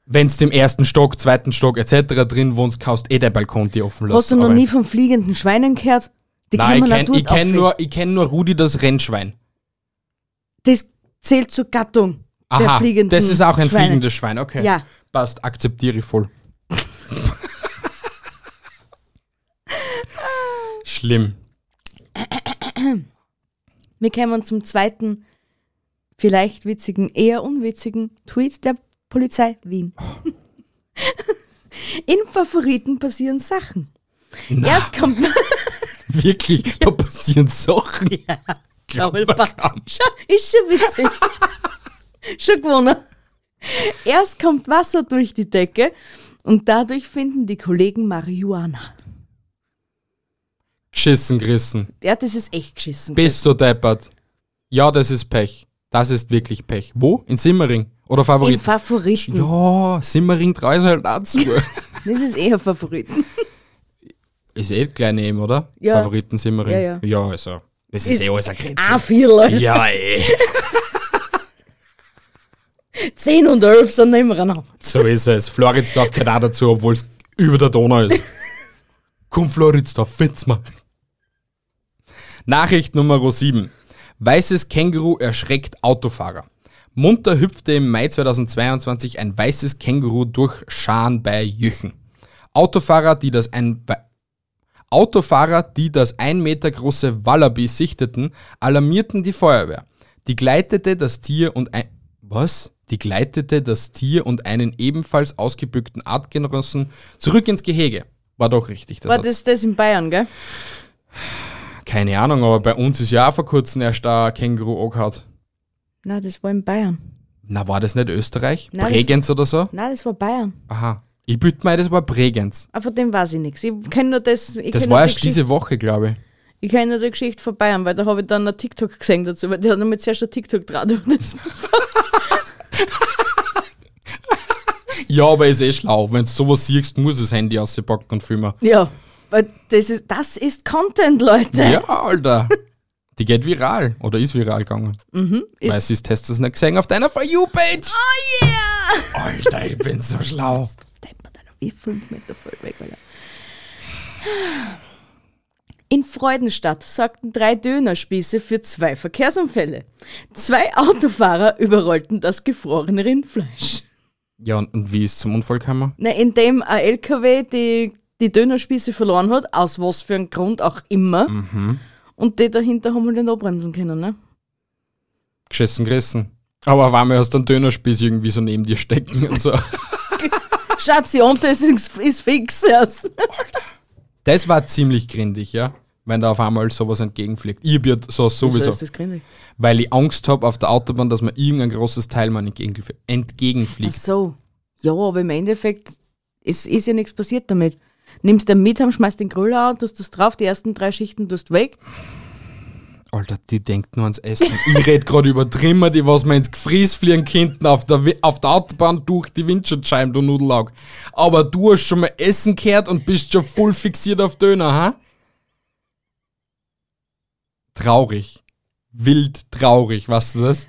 S1: Wenn's im ersten Stock, zweiten Stock etc. drin wohnst, kannst eh dein Balkontür offen lassen.
S2: Hast du noch
S1: aber-
S2: nie von fliegenden Schweinen gehört? Die
S1: Nein,
S2: kann man
S1: ich kenn-
S2: auch
S1: ich
S2: dort
S1: kenn
S2: auffinden.
S1: nur, ich kenn nur Rudi das Rennschwein.
S2: Das zählt zur Gattung der
S1: Aha,
S2: fliegenden
S1: das ist auch ein
S2: Schweine.
S1: fliegendes Schwein, okay.
S2: Ja.
S1: Passt, akzeptiere ich voll. Schlimm.
S2: Wir kommen zum zweiten, vielleicht witzigen, eher unwitzigen Tweet der Polizei Wien.
S1: Oh.
S2: In Favoriten passieren Sachen. Erst kommt
S1: Wirklich, da passieren Sachen.
S2: Krabbelbach. Ist schon witzig. schon gewonnen. Erst kommt Wasser durch die Decke und dadurch finden die Kollegen Marihuana.
S1: Geschissen gerissen.
S2: Ja, das ist echt geschissen.
S1: Bist du deppert. Ja, das ist Pech. Das ist wirklich Pech. Wo? In Simmering? Oder
S2: Im
S1: Favorit?
S2: Favoriten.
S1: Ja, Simmering 3 ist halt dazu.
S2: Das ist eher Favoriten.
S1: ist eh klein eben, oder?
S2: Ja.
S1: Favoriten Simmering.
S2: Ja, ja.
S1: also. Das ist eh alles ein Grenze.
S2: A4 Ah, Leute.
S1: Ja, eh.
S2: 10 und 11 sind nicht mehr genau.
S1: So ist es. Floridsdorf gehört auch dazu, obwohl es über der Donau ist. Komm, Floridsdorf, fetz mal. Nachricht Nummer 7. Weißes Känguru erschreckt Autofahrer. Munter hüpfte im Mai 2022 ein weißes Känguru durch Scharen bei Jüchen. Autofahrer, die das ein Autofahrer, die das ein Meter große Wallaby sichteten, alarmierten die Feuerwehr. Die gleitete das Tier und ein was? Die gleitete das Tier und einen ebenfalls ausgebückten Artgenossen zurück ins Gehege. War doch richtig. Das
S2: War
S1: hat-
S2: Ah, das das in Bayern, gell?
S1: Keine Ahnung, aber bei uns ist ja auch vor kurzem erst ein Känguru angehört.
S2: Nein, das war in Bayern.
S1: Na, war das nicht Österreich?
S2: Nein, das-
S1: Bregenz oder so?
S2: Nein, das war Bayern.
S1: Aha. Ich bitte mal, das war Bregenz.
S2: Aber von dem weiß ich nichts. Ich kenne nur das. Ich
S1: Das
S2: kenn
S1: war
S2: nur
S1: erst
S2: die Geschichte-
S1: diese Woche, glaube ich.
S2: Ich kenne nur die Geschichte von Bayern, weil da habe ich dann ein TikTok gesehen dazu, weil die hat nämlich zuerst ein TikTok dran. Das
S1: Ja, aber ist eh schlau. Wenn du sowas siehst, musst du das Handy auspacken und filmen.
S2: Ja, weil das ist, das ist Content, Leute.
S1: Ja, Alter. Die geht viral oder ist viral gegangen.
S2: Mhm,
S1: Weil sie ist hast du es nicht gesehen auf deiner For You-Page.
S2: Oh yeah!
S1: Alter, ich bin so schlau.
S2: Deppert, Alter, wie fünf Meter voll weg, Alter. In Freudenstadt sorgten drei Dönerspieße für zwei Verkehrsunfälle. Zwei Autofahrer überrollten das gefrorene Rindfleisch.
S1: Ja, und, und wie ist zum Unfall gekommen?
S2: Na, indem ein LKW die, die Dönerspieße verloren hat, aus was für einem Grund auch immer,
S1: Mhm.
S2: und die dahinter haben wir nicht abbremsen können, ne?
S1: Geschissen gerissen. Aber war mir aus dem Dönerspieß irgendwie so neben dir stecken und so.
S2: Station, das ist, ist fix erst.
S1: Das war ziemlich grindig, ja. Wenn da auf einmal sowas entgegenfliegt. Ich bin so sowieso,
S2: Das ist grindig.
S1: weil ich Angst habe auf der Autobahn, dass mir irgendein großes Teil mal entgegenfl-
S2: Ach
S1: entgegenfliegt.
S2: so. Ja, aber im Endeffekt ist, ist ja nichts passiert damit. Nimmst den mit, heim, schmeißt den Grill an, tust das drauf, die ersten drei Schichten tust weg.
S1: Alter, die denkt nur ans Essen. Ich rede gerade über Trimmer, die was mir ins Gefries fliegen könnten auf der, Wi- auf der Autobahn durch die Windschutzscheiben, du Nudelaug. Aber du hast schon mal Essen gehört und bist schon voll fixiert auf Döner, ha? Traurig. Wild traurig, weißt du das?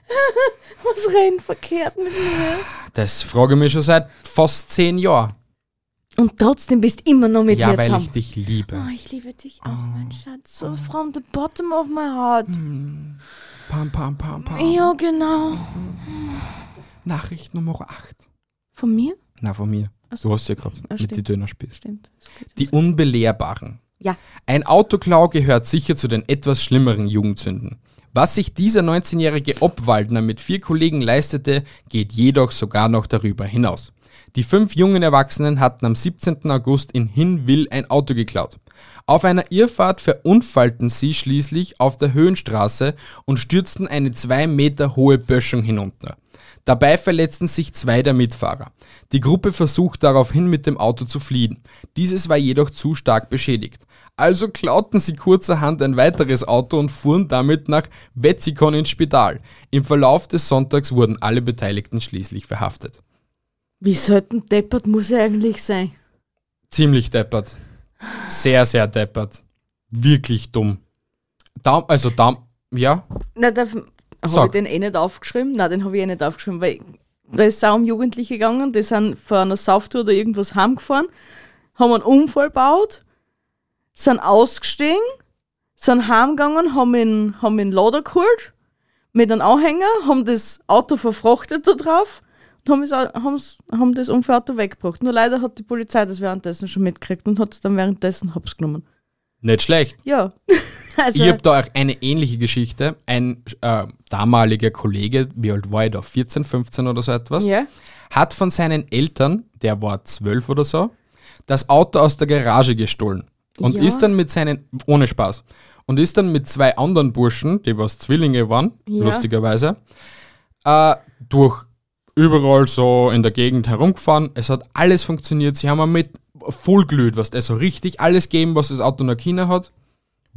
S2: Was rennt verkehrt mit mir?
S1: Das frage ich mich schon seit fast zehn Jahren.
S2: Und trotzdem bist immer noch mit
S1: Ja,
S2: mir
S1: weil
S2: zusammen.
S1: ich dich liebe.
S2: Oh, ich liebe dich auch, mein Schatz. So from the bottom of my heart.
S1: Pam, pam, pam, pam.
S2: Ja, genau.
S1: Nachricht Nummer 8.
S2: Von mir?
S1: Na, von mir.
S2: so.
S1: Du hast ja gerade mit
S2: stimmt.
S1: die Dönerspieß.
S2: Stimmt. Das geht.
S1: Die Unbelehrbaren.
S2: Ja.
S1: Ein Autoklau gehört sicher zu den etwas schlimmeren Jugendsünden. Was sich dieser 19-jährige Obwaldner mit vier Kollegen leistete, geht jedoch sogar noch darüber hinaus. Die fünf jungen Erwachsenen hatten am 17. August in Hinwil ein Auto geklaut. Auf einer Irrfahrt verunfallten sie schließlich auf der Höhenstraße und stürzten eine zwei Meter hohe Böschung hinunter. Dabei verletzten sich zwei der Mitfahrer. Die Gruppe versucht daraufhin mit dem Auto zu fliehen. Dieses war jedoch zu stark beschädigt. Also klauten sie kurzerhand ein weiteres Auto und fuhren damit nach Wetzikon ins Spital. Im Verlauf des Sonntags wurden alle Beteiligten schließlich verhaftet.
S2: Wie selten deppert muss er eigentlich sein?
S1: Ziemlich deppert. Sehr, sehr deppert. Wirklich dumm. Daum, also Daum, ja,
S2: Na, da habe
S1: Sag.
S2: ich den eh nicht aufgeschrieben. Nein, den habe ich eh nicht aufgeschrieben, weil da ist es auch um Jugendliche gegangen, die sind von einer Sauftour oder irgendwas heimgefahren, haben einen Unfall gebaut, sind ausgestiegen, sind heimgegangen, haben ihn, haben ihn Lader geholt mit einem Anhänger, haben das Auto verfrachtet da drauf und haben, es, au- haben's, haben das Unfallauto weggebracht. Nur leider hat die Polizei das währenddessen schon mitgekriegt und hat es dann währenddessen hops genommen.
S1: nicht schlecht.
S2: Ja. Also,
S1: Ich habe da auch eine ähnliche Geschichte. Ein äh, damaliger Kollege, wie alt war ich da? 14, 15 oder so etwas,
S2: ja.
S1: hat von seinen Eltern, der war 12 oder so, das Auto aus der Garage gestohlen. Und
S2: Ja.
S1: ist dann mit seinen, ohne Spaß, und ist dann mit zwei anderen Burschen, die was Zwillinge waren,
S2: Ja.
S1: lustigerweise, äh, durch überall so in der Gegend herumgefahren. Es hat alles funktioniert. Sie haben auch mit voll glüht, was also richtig alles geben, was das Auto nach China hat.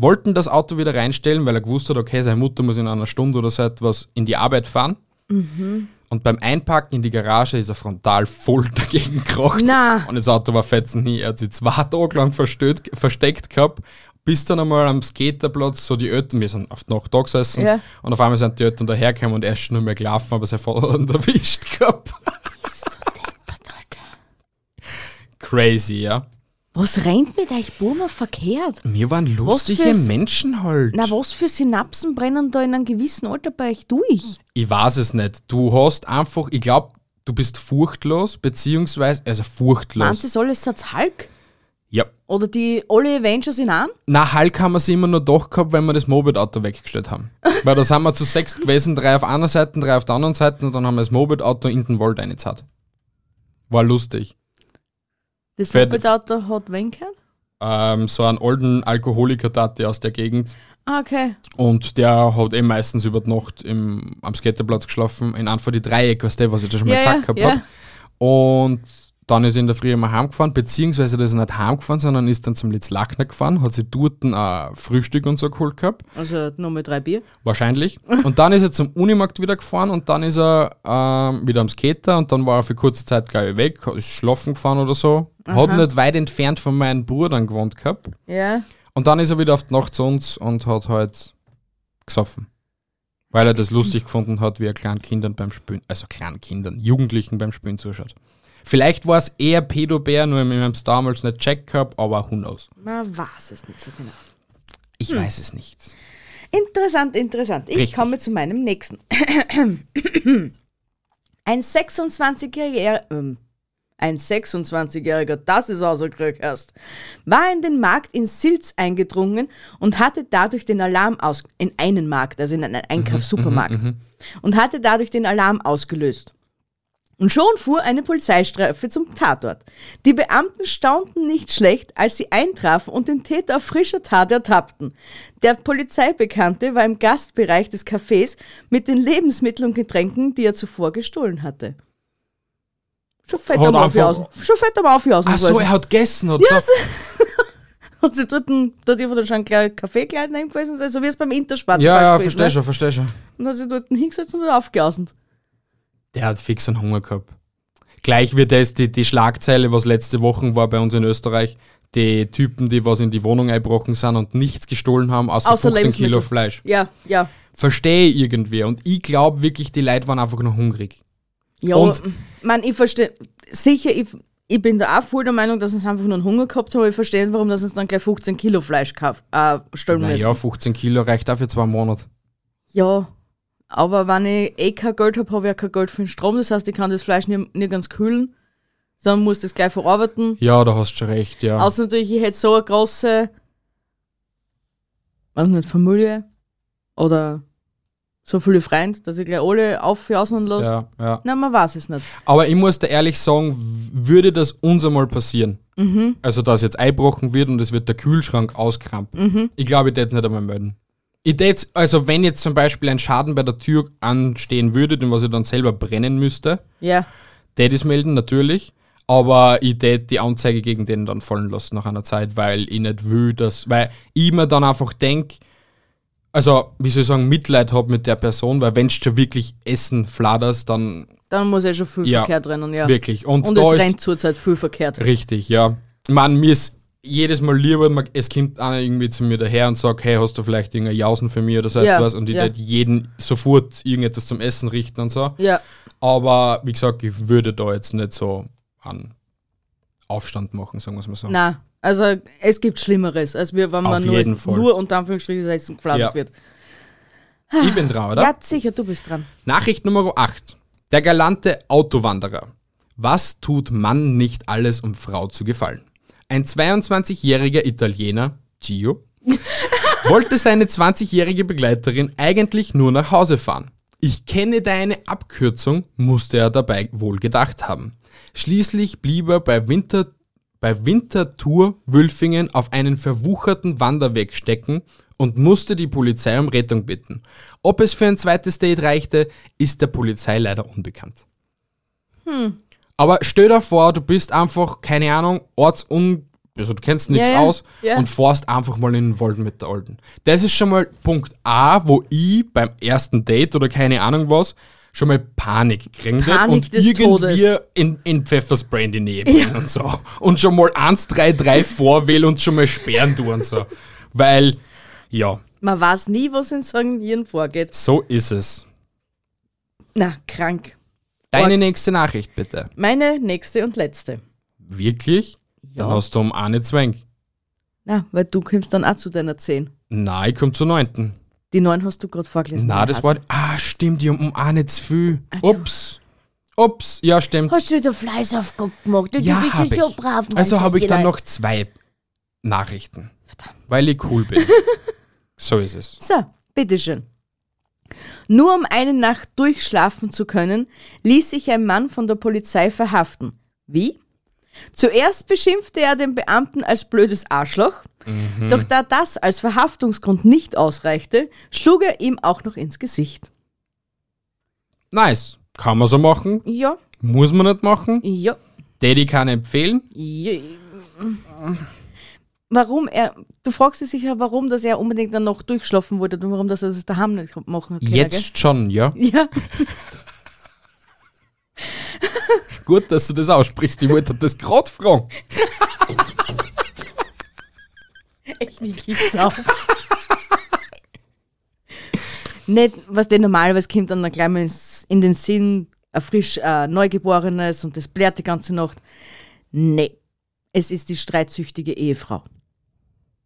S1: Wollten das Auto wieder reinstellen, weil er gewusst hat, okay, seine Mutter muss in einer Stunde oder so etwas in die Arbeit fahren.
S2: Mhm.
S1: Und beim Einpacken in die Garage ist er frontal voll dagegen gekrocht.
S2: Na.
S1: Und das Auto war fetzen nie. Er hat sich zwei Tage lang verstört, versteckt gehabt, bis dann einmal am Skaterplatz so die Ötten, wir sind oft noch da gesessen,
S2: Ja.
S1: und auf einmal sind die Ötten dahergekommen und er ist schon nur mehr gelaufen, aber sein Vater hat ihn erwischt gehabt. Crazy, ja.
S2: Was rennt mit euch Burma verkehrt?
S1: Wir waren lustige
S2: für's-
S1: Menschen halt.
S2: Na, was für Synapsen brennen da in einem gewissen Alter bei euch durch?
S1: Ich weiß es nicht. Du hast einfach, ich glaube, du bist furchtlos, beziehungsweise, also
S2: Meinst
S1: furchtlos.
S2: du, das alles als Hulk?
S1: Ja.
S2: Oder die alle Avengers in einem?
S1: Na, Hulk haben wir sie immer nur doch gehabt, weil wir das Moped-Auto weggestellt haben. Weil da sind wir zu sechs gewesen, drei auf einer Seite, drei auf der anderen Seite und dann haben wir das Moped-Auto in den Wald reingezahlt. War lustig.
S2: Das
S1: Fett-
S2: Moped-Auto hat wen gehört?
S1: Ähm, so einen alten Alkoholiker-Tati aus der Gegend.
S2: Ah, okay.
S1: Und der hat eh meistens über die Nacht im, am Skaterplatz geschlafen, in einem von die Dreiecke, weißt du, was ich da schon mal
S2: Ja,
S1: gesagt
S2: ja,
S1: gehabt
S2: ja.
S1: hab. Und dann ist er in der Früh immer heimgefahren, beziehungsweise der ist nicht heimgefahren, sondern ist dann zum Litzlachner gefahren, hat sich dort ein äh, Frühstück und so geholt gehabt,
S2: Also nur mit drei Bier.
S1: wahrscheinlich. Und dann ist er zum Unimarkt wieder gefahren und dann ist er ähm, wieder am Skater und dann war er für kurze Zeit, glaube ich, weg, ist schlafen gefahren oder so. Hat nicht weit entfernt von meinen Brüdern gewohnt gehabt.
S2: Ja.
S1: Und dann ist er wieder auf die Nacht zu uns und hat halt gesoffen. Weil er das lustig gefunden hat, wie er kleinen Kindern beim Spielen, also kleinen Kindern, Jugendlichen beim Spielen zuschaut. Vielleicht war es eher Pedobär, nur ich habe es damals nicht checkt gehabt, aber who knows.
S2: Man weiß es nicht so genau.
S1: Ich weiß es nicht.
S2: Interessant, interessant. Ich
S1: Richtig.
S2: komme zu meinem nächsten. Ein 26-jähriger, ähm, ein 26-jähriger, das ist außer Glück erst, war in den Markt in Silz eingedrungen und hatte dadurch den Alarm aus, in einen Markt, also in einen Einkaufssupermarkt, und hatte dadurch den Alarm ausgelöst. Und schon fuhr eine Polizeistreife zum Tatort. Die Beamten staunten nicht schlecht, als sie eintrafen und den Täter auf frischer Tat ertappten. Der Polizeibekannte war im Gastbereich des Cafés mit den Lebensmitteln und Getränken, die er zuvor gestohlen hatte. Schon fett
S1: Hat
S2: am
S1: einfach-
S2: Aufjausen. Schon fett am Aufjausen.
S1: Ach so, er hat gegessen oder so.
S2: Und sie dort, dort irgendwo schon ein Kaffeekleid nehmen gewesen sein, so wie es beim Interspart
S1: Ja, ja,
S2: gewesen,
S1: verstehe schon, verstehe schon.
S2: Ne? Und hat sie dort hingesetzt und hat aufgeausen.
S1: Der hat fix einen Hunger gehabt. Gleich wird das die, die Schlagzeile, was letzte Woche war bei uns in Österreich. Die Typen, die was in die Wohnung einbrochen sind und nichts gestohlen haben, außer,
S2: Außer
S1: 15 Kilo
S2: Lebensmittel.
S1: Fleisch.
S2: Ja, ja.
S1: Verstehe ich irgendwie. Und ich glaube wirklich, die Leute waren einfach nur hungrig.
S2: Ja,
S1: Und-
S2: man, ich verstehe, sicher, ich, ich bin da auch voll der Meinung, dass uns einfach nur einen Hunger gehabt haben, aber ich verstehe, warum dass uns dann gleich 15 Kilo Fleisch kauf, äh, stellen
S1: Naja,
S2: müssen.
S1: 15 Kilo reicht auch für zwei Monate.
S2: Ja, aber wenn ich eh kein Geld habe, habe ich auch kein Geld für den Strom, das heißt, ich kann das Fleisch nicht, nicht ganz kühlen, sondern muss das gleich verarbeiten.
S1: Ja, da hast du schon recht, ja.
S2: Außer natürlich, ich hätte so eine große, weiß nicht, Familie oder so viele Freunde, dass ich gleich alle auf und lasse.
S1: ja, ja.
S2: Nein, man weiß es nicht.
S1: Aber ich muss da ehrlich sagen, w- würde das uns einmal passieren, also dass jetzt einbrochen wird und es wird der Kühlschrank auskrampen, ich glaube, ich täte es nicht einmal melden. Ich tät's, also wenn jetzt zum Beispiel ein Schaden bei der Tür anstehen würde, den was ich dann selber brennen müsste,
S2: Ja.
S1: täte ich melden, natürlich. Aber ich tät die Anzeige gegen den dann fallen lassen nach einer Zeit, weil ich nicht will, dass, weil ich mir dann einfach denk, also wie soll ich sagen, Mitleid hab mit der Person, weil wenn du schon wirklich Essen fladerst, dann
S2: Dann muss ja schon viel
S1: Ja,
S2: Verkehr drinnen, ja.
S1: wirklich. Und,
S2: Und
S1: da
S2: es
S1: ist,
S2: rennt zurzeit viel Verkehr drin.
S1: Richtig, ja. Man, mir ist jedes Mal lieber, man- es kommt einer irgendwie zu mir daher und sagt, hey, hast du vielleicht irgendein Jausen für mich oder so
S2: Ja,
S1: etwas? Und ich
S2: ja.
S1: ja. jeden sofort irgendetwas zum Essen richten und so.
S2: Ja,
S1: Aber wie gesagt, ich würde da jetzt nicht so einen Aufstand machen, sagen wir es mal so.
S2: na. Also es gibt Schlimmeres, als wir, wenn man
S1: Auf
S2: nur,
S1: jeden Fall.
S2: nur unter Anführungsstrichen Essen geflattert
S1: Ja.
S2: wird.
S1: Ich bin dran, oder?
S2: Ja, sicher, du bist dran.
S1: Nachricht Nummer 8. Der galante Autowanderer. Was tut Mann nicht alles, um Frau zu gefallen? Ein 22-jähriger Italiener, Gio, wollte seine 20-jährige Begleiterin eigentlich nur nach Hause fahren. Ich kenne deine Abkürzung, musste er dabei wohl gedacht haben. Schließlich blieb er bei, Winter, bei Winterthur Wülfingen auf einen verwucherten Wanderweg stecken und musste die Polizei um Rettung bitten. Ob es für ein zweites Date reichte, ist der Polizei leider unbekannt.
S2: Hm.
S1: Aber stell dir vor, du bist einfach, keine Ahnung, ortsun... Also du kennst nichts
S2: Ja, ja,
S1: aus
S2: ja.
S1: und fährst einfach mal in den Wald mit der Alten. Das ist schon mal Punkt A, wo ich beim ersten Date oder keine Ahnung was schon mal Panik kriegen werd
S2: Panik
S1: und
S2: des
S1: irgendwie
S2: Todes.
S1: in, in Pfefferspray in die Nähe bringen und so. Und schon mal 133 vorwählen und schon mal sperren tun und so. Weil, ja,
S2: Man weiß nie, was in seinen Hirn vorgeht.
S1: so ist es.
S2: Na, krank.
S1: Deine
S2: Org.
S1: nächste Nachricht bitte.
S2: Meine nächste und letzte.
S1: Wirklich? Dann
S2: Ja.
S1: hast du um eine Zwang.
S2: Na, weil du kommst dann auch zu deiner 10.
S1: Nein, ich komm zur neunten.
S2: Die 9 hast du gerade vorgelesen.
S1: Na, das
S2: Hase.
S1: war. Ah, stimmt, die um eine zu viel. Ups. Ups, ja, stimmt.
S3: Hast du dir Fleißaufgabe gemacht? Du
S1: ja,
S3: bist
S1: hab
S3: ja so
S1: ich.
S3: brav,
S1: also
S3: Mann,
S1: habe ich dann
S3: Cecilia.
S1: noch zwei Nachrichten. Weil ich cool bin. so ist es.
S2: So, bitteschön. Nur um eine Nacht durchschlafen zu können, ließ sich ein Mann von der Polizei verhaften. Wie? Zuerst beschimpfte er den Beamten als blödes Arschloch, doch da das als Verhaftungsgrund nicht ausreichte, schlug er ihm auch noch ins Gesicht.
S1: Nice. Kann man so machen.
S2: Ja,
S1: Muss man nicht machen.
S2: ja,
S1: Daddy kann empfehlen.
S2: ja. Warum er, du fragst dich sicher, warum, dass er unbedingt dann noch durchschlafen wollte und warum dass er das daheim nicht machen hat. können,
S1: Jetzt schon, ja.
S2: Gell? Ja,
S1: Gut, dass du das aussprichst. Ich wollte das gerade fragen.
S2: Echt, die gibt's auch. Nicht, was denn normalerweise kommt dann gleich mal ins- in den Sinn, ein frisch äh, Neugeborenes und das blärt die ganze Nacht. Nee, es ist die streitsüchtige Ehefrau.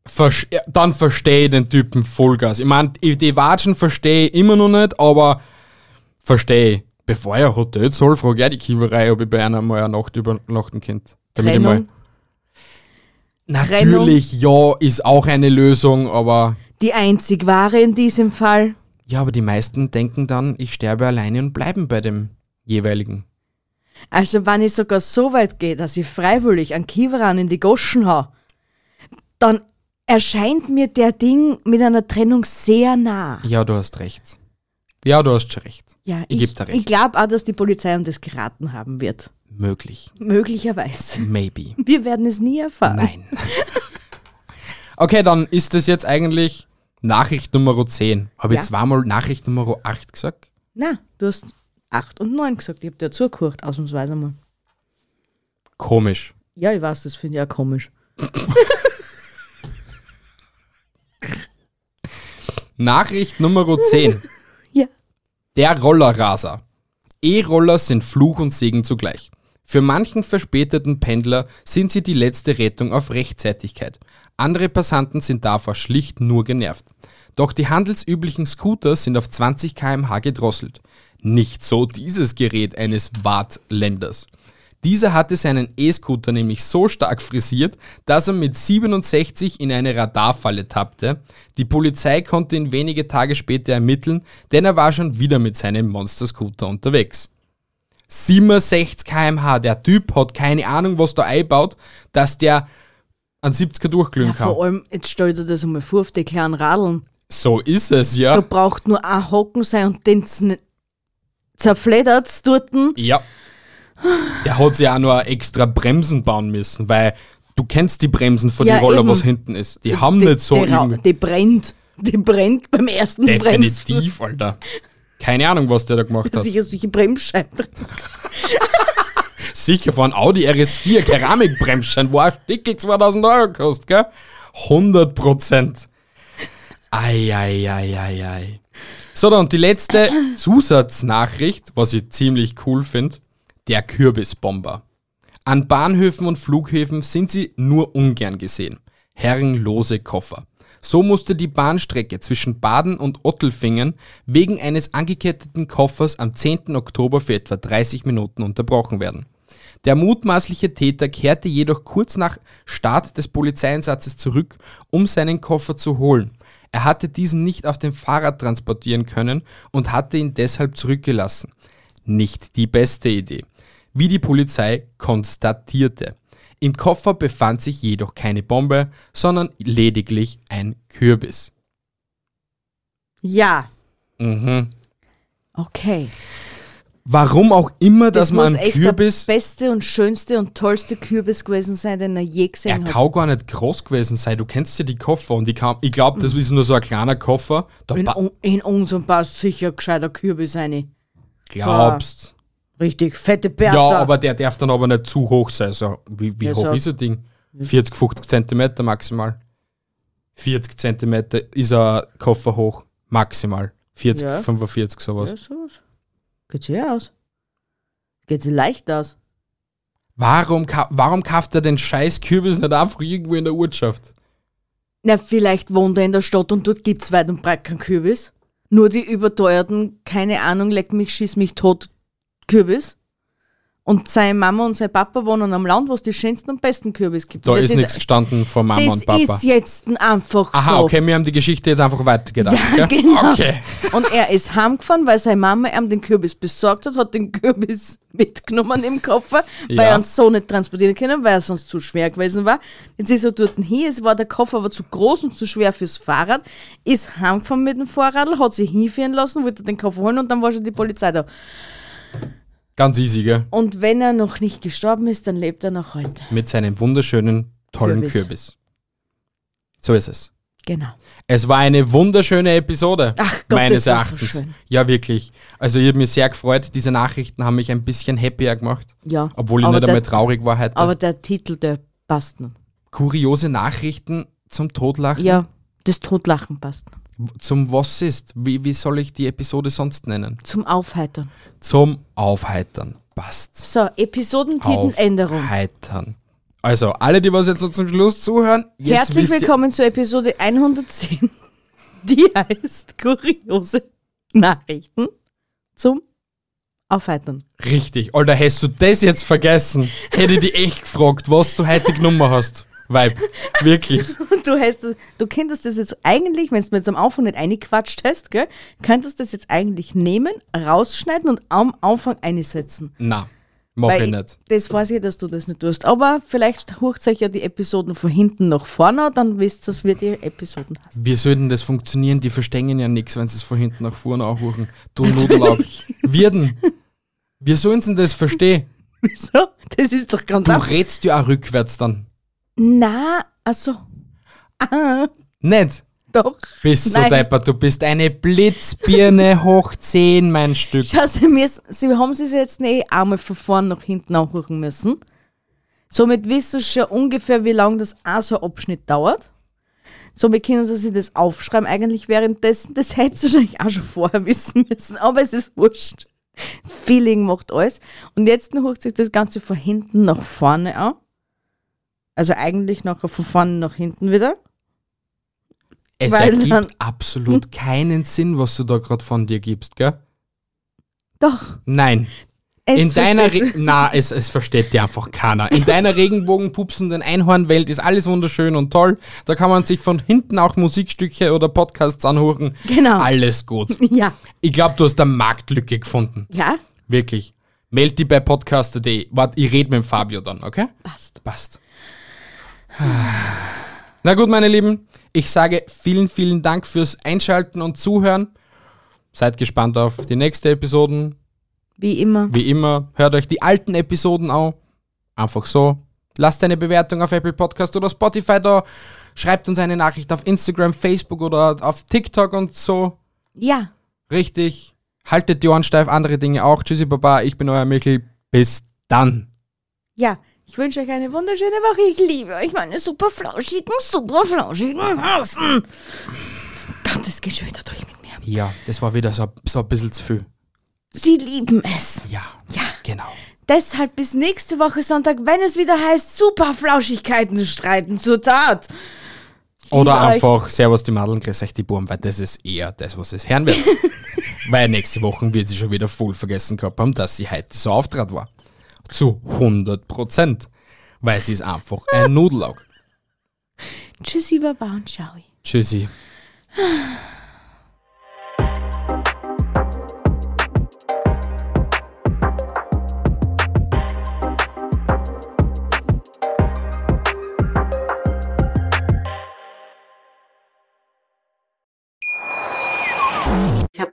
S1: Versch ja, dann verstehe ich den Typen Vollgas. Ich meine, die Watschen verstehe ich immer noch nicht, aber verstehe ich. Bevor ich ein Hotel soll, frage ich auch die Kiewerei, ob ich bei einer mal eine Nacht übernachten könnte. Damit ich mal.
S2: Trennung.
S1: Natürlich, ja, ist auch eine Lösung, aber.
S2: Die einzig wahre in diesem Fall.
S1: Ja, aber die meisten denken dann, ich sterbe alleine und bleiben bei dem jeweiligen.
S2: Also wenn ich sogar so weit gehe, dass ich freiwillig einen Kieweran in die Goschen hau, dann erscheint mir der Ding mit einer Trennung sehr nah.
S1: Ja, du hast recht. Ja, du hast schon recht.
S2: Ja,
S1: Ich
S2: ich,
S1: geb dir recht.
S2: ich glaube auch, dass die Polizei um das geraten haben wird.
S1: Möglich.
S2: Möglicherweise.
S1: Maybe.
S2: Wir werden es nie erfahren.
S1: Nein. okay, dann ist das jetzt eigentlich Nachricht Nummer 10. Habe
S2: Ja.
S1: ich zweimal Nachricht Nummer 8 gesagt?
S2: Na, du hast 8 und 9 gesagt. Ich habe dir zugehört, ausnahmsweise mal.
S1: Komisch.
S2: Ja, ich weiß, das finde ich auch komisch.
S1: Nachricht Nummer 10.
S2: Ja.
S1: Der Rollerraser. E-Roller sind Fluch und Segen zugleich. Für manchen verspäteten Pendler sind sie die letzte Rettung auf Rechtzeitigkeit. Andere Passanten sind davor schlicht nur genervt. Doch die handelsüblichen Scooter sind auf 20 km/h gedrosselt. Nicht so dieses Gerät eines Wartländers. Dieser hatte seinen E-Scooter nämlich so stark frisiert, dass er mit 67 in eine Radarfalle tappte. Die Polizei konnte ihn wenige Tage später ermitteln, denn er war schon wieder mit seinem Monster-Scooter unterwegs. 67 km/h, der Typ hat keine Ahnung, was da einbaut, dass der an 70er durchglühen
S2: Ja,
S1: kann.
S2: vor allem, jetzt stell dir das einmal vor, auf die kleinen Radeln.
S1: So ist es, ja.
S2: Da braucht nur ein Hocken sein und den zn- zerfleddert's dorten.
S1: Ja. Der hat sich auch nur extra Bremsen bauen müssen, weil du kennst die Bremsen von
S2: Ja,
S1: den Roller,
S2: eben.
S1: was hinten ist. Die, haben nicht so
S2: die, Ra-
S1: irgendwie.
S2: die brennt. Die brennt beim ersten Bremsen.
S1: Definitiv, Alter. Keine Ahnung, was der da gemacht hat.
S2: Sicher solche Bremsscheiben drin.
S1: Sicher von Audi RS4 Keramikbremsschein, wo ein Stickel 2000 Euro kostet, gell? 100 Prozent. Eieieiei. So, dann die letzte Zusatznachricht, was ich ziemlich cool finde. Der Kürbisbomber. An Bahnhöfen und Flughäfen sind sie nur ungern gesehen. Herrenlose Koffer. So musste die Bahnstrecke zwischen Baden und Ottelfingen wegen eines angeketteten Koffers am 10. Oktober für etwa 30 Minuten unterbrochen werden. Der mutmaßliche Täter kehrte jedoch kurz nach Start des Polizeieinsatzes zurück, um seinen Koffer zu holen. Er hatte diesen nicht auf dem Fahrrad transportieren können und hatte ihn deshalb zurückgelassen. Nicht die beste Idee, wie die Polizei konstatierte. Im Koffer befand sich jedoch keine Bombe, sondern lediglich ein Kürbis.
S2: Ja,
S1: Mhm.
S2: okay.
S1: Warum auch immer, dass man einen
S2: echt
S1: Kürbis.
S2: der beste und schönste und tollste Kürbis gewesen sein, den er je
S1: Er
S2: gesehen hat.
S1: kann gar nicht groß gewesen sein. Du kennst ja die Koffer und ich, kann- ich glaube, das ist nur so ein kleiner Koffer. Da
S2: In,
S1: pa-
S2: un- in unserem passt sicher ein gescheiter Kürbis rein.
S1: glaubst.
S2: Richtig fette Bertha.
S1: Ja, aber der darf dann aber nicht zu hoch sein. So, wie wie
S2: Ja,
S1: hoch
S2: so. Mhm.
S1: ist das Ding? 40, 50 Zentimeter maximal. 40 Zentimeter ist ein Koffer hoch. Maximal. 40,
S2: Ja.
S1: 45, sowas.
S2: Ja, sowas. Geht sich eh aus. Geht sich leicht aus.
S1: Warum, ka warum kauft er den scheiß Kürbis nicht einfach irgendwo in der Ortschaft?
S2: Na, vielleicht wohnt er in der Stadt und dort gibt's weit und breit keinen Kürbis. Nur die überteuerten, keine Ahnung, leck mich, schieß mich tot Kürbis. Und seine Mama und sein Papa wohnen am Land, wo es die schönsten und besten Kürbis gibt.
S1: Da
S2: Und das
S1: ist nichts gestanden von Mama
S2: Das
S1: und Papa.
S2: ist jetzt einfach
S1: Aha,
S2: so.
S1: okay, wir haben die Geschichte jetzt einfach weitergedacht.
S2: Ja,
S1: gell?
S2: genau.
S1: Okay.
S2: Und er ist heimgefahren, weil seine Mama ihm den Kürbis besorgt hat, hat den Kürbis mitgenommen im Koffer, weil
S1: Ja.
S2: er uns so nicht transportieren können, weil er sonst zu schwer gewesen war. Jetzt ist er dort hin, es war der Koffer aber zu groß und zu schwer fürs Fahrrad, ist heimgefahren mit dem Fahrrad, hat sich hinführen lassen, wollte den Koffer holen und dann war schon die Polizei da.
S1: Ganz easy, gell?
S2: Und wenn er noch nicht gestorben ist, dann lebt er noch heute.
S1: Mit seinem wunderschönen, tollen Kürbis.
S2: Kürbis.
S1: So ist es.
S2: Genau.
S1: Es war eine wunderschöne Episode.
S2: Ach Gott,
S1: meines
S2: das war so
S1: Erachtens.
S2: schön.
S1: Ja, wirklich. Also, ich habe mich sehr gefreut. Diese Nachrichten haben mich ein bisschen happier gemacht.
S2: Ja.
S1: Obwohl ich
S2: aber
S1: nicht einmal
S2: der,
S1: traurig war heute.
S2: Aber der Titel, der passt noch.
S1: Kuriose Nachrichten zum Todlachen,
S2: Ja, das Totlachen passt noch.
S1: zum Was ist. Wie, wie soll ich die Episode sonst nennen?
S2: Zum Aufheitern.
S1: Zum Aufheitern. Passt.
S2: So, Episodentiteländerung.
S1: Aufheitern. Also, alle, die was jetzt noch zum Schluss zuhören, jetzt
S2: Herzlich
S1: wisst ihr-
S2: willkommen zur Episode 110. Die heißt Kuriose Nachrichten zum Aufheitern.
S1: Richtig. Alter, hast du das jetzt vergessen? Hätte ich dich echt gefragt, was du heute genommen hast. Weib. Wirklich.
S2: Und du hast, du könntest das jetzt eigentlich, wenn du mir jetzt am Anfang nicht eingequatscht hast, gell, könntest das jetzt eigentlich nehmen, rausschneiden und am Anfang einsetzen.
S1: Na, mach ich nicht.
S2: das weiß ich, dass du das nicht tust. Aber vielleicht hucht euch ja die Episoden von hinten nach vorne, dann wisst ihr, wie die Episoden heißen.
S1: Wie soll denn das funktionieren? Die verstehen ja nichts, wenn sie es von hinten nach vorne anhuchen. Du Nudelaug. Wirden. Wie sollen sie denn das verstehen?
S2: Wieso? Das ist doch ganz
S1: Du
S2: einfach.
S1: redst ja auch rückwärts dann.
S2: Na, also. Ah,
S1: Nicht?
S2: doch.
S1: Bist so
S2: Nein.
S1: deppert, du bist eine Blitzbirne hoch 10, mein Stück.
S2: Schau, sie, müssen, sie haben sich jetzt eh einmal von vorn nach hinten anhören müssen. Somit wissen sie schon ungefähr, wie lange das auch so ein Abschnitt dauert. Somit können sie sich das aufschreiben eigentlich währenddessen. Das hätte sie wahrscheinlich auch schon vorher wissen müssen, aber es ist wurscht. Feeling macht alles. Und jetzt hocht sich das Ganze von hinten nach vorne an. Also eigentlich nachher von vorne nach hinten wieder.
S1: Es
S2: Weil dann-
S1: ergibt absolut keinen Sinn, was du da gerade von dir gibst, gell?
S2: Doch,
S1: Nein.
S2: es
S1: In deiner
S2: versteht
S1: Re
S2: sich.
S1: Na, es, es versteht dir einfach keiner. In deiner regenbogenpupsenden Einhornwelt ist alles wunderschön und toll. Da kann man sich von hinten auch Musikstücke oder Podcasts anhören.
S2: Genau.
S1: Alles gut.
S2: Ja,
S1: Ich glaube, du hast eine Marktlücke gefunden.
S2: ja,
S1: Wirklich. Meld dich bei podcast.de. Warte, ich rede mit dem Fabio dann, okay?
S2: passt.
S1: Passt. Na gut, meine Lieben, ich sage vielen, vielen Dank fürs Einschalten und Zuhören. Seid gespannt auf die nächste Episoden.
S2: Wie immer.
S1: Wie immer, hört euch die alten Episoden an. Einfach so. Lasst eine Bewertung auf Apple Podcast oder Spotify da. Schreibt uns eine Nachricht auf Instagram, Facebook oder auf TikTok und so.
S2: Ja.
S1: Richtig. Haltet die Ohren steif, andere Dinge auch. Tschüssi, Baba. Ich bin euer Michel. Bis dann.
S2: Ja, ich wünsche euch eine wunderschöne Woche. Ich liebe euch.
S3: Ich meine, super flauschigen, super flauschigen Hasen.
S2: Gott, das geht schon wieder durch mit mir.
S1: Ja, das war wieder so, so ein bisschen zu viel.
S3: Sie lieben es.
S1: Ja.
S2: Ja.
S1: Genau.
S2: Deshalb bis nächste Woche Sonntag, wenn es wieder heißt, super Flauschigkeiten streiten zur Tat.
S1: Oder
S2: liebe euch.
S1: einfach Servus die Madeln, grüß euch die Buben, weil das ist eher das, was es hören wird. weil nächste Woche wird sie schon wieder voll vergessen gehabt haben, dass sie heute so auftrat war. Zu 100 Prozent. Weil sie ist einfach ein Nudelaug.
S2: Tschüssi, Baba und Ciao.
S1: Tschüssi.
S4: Ich habe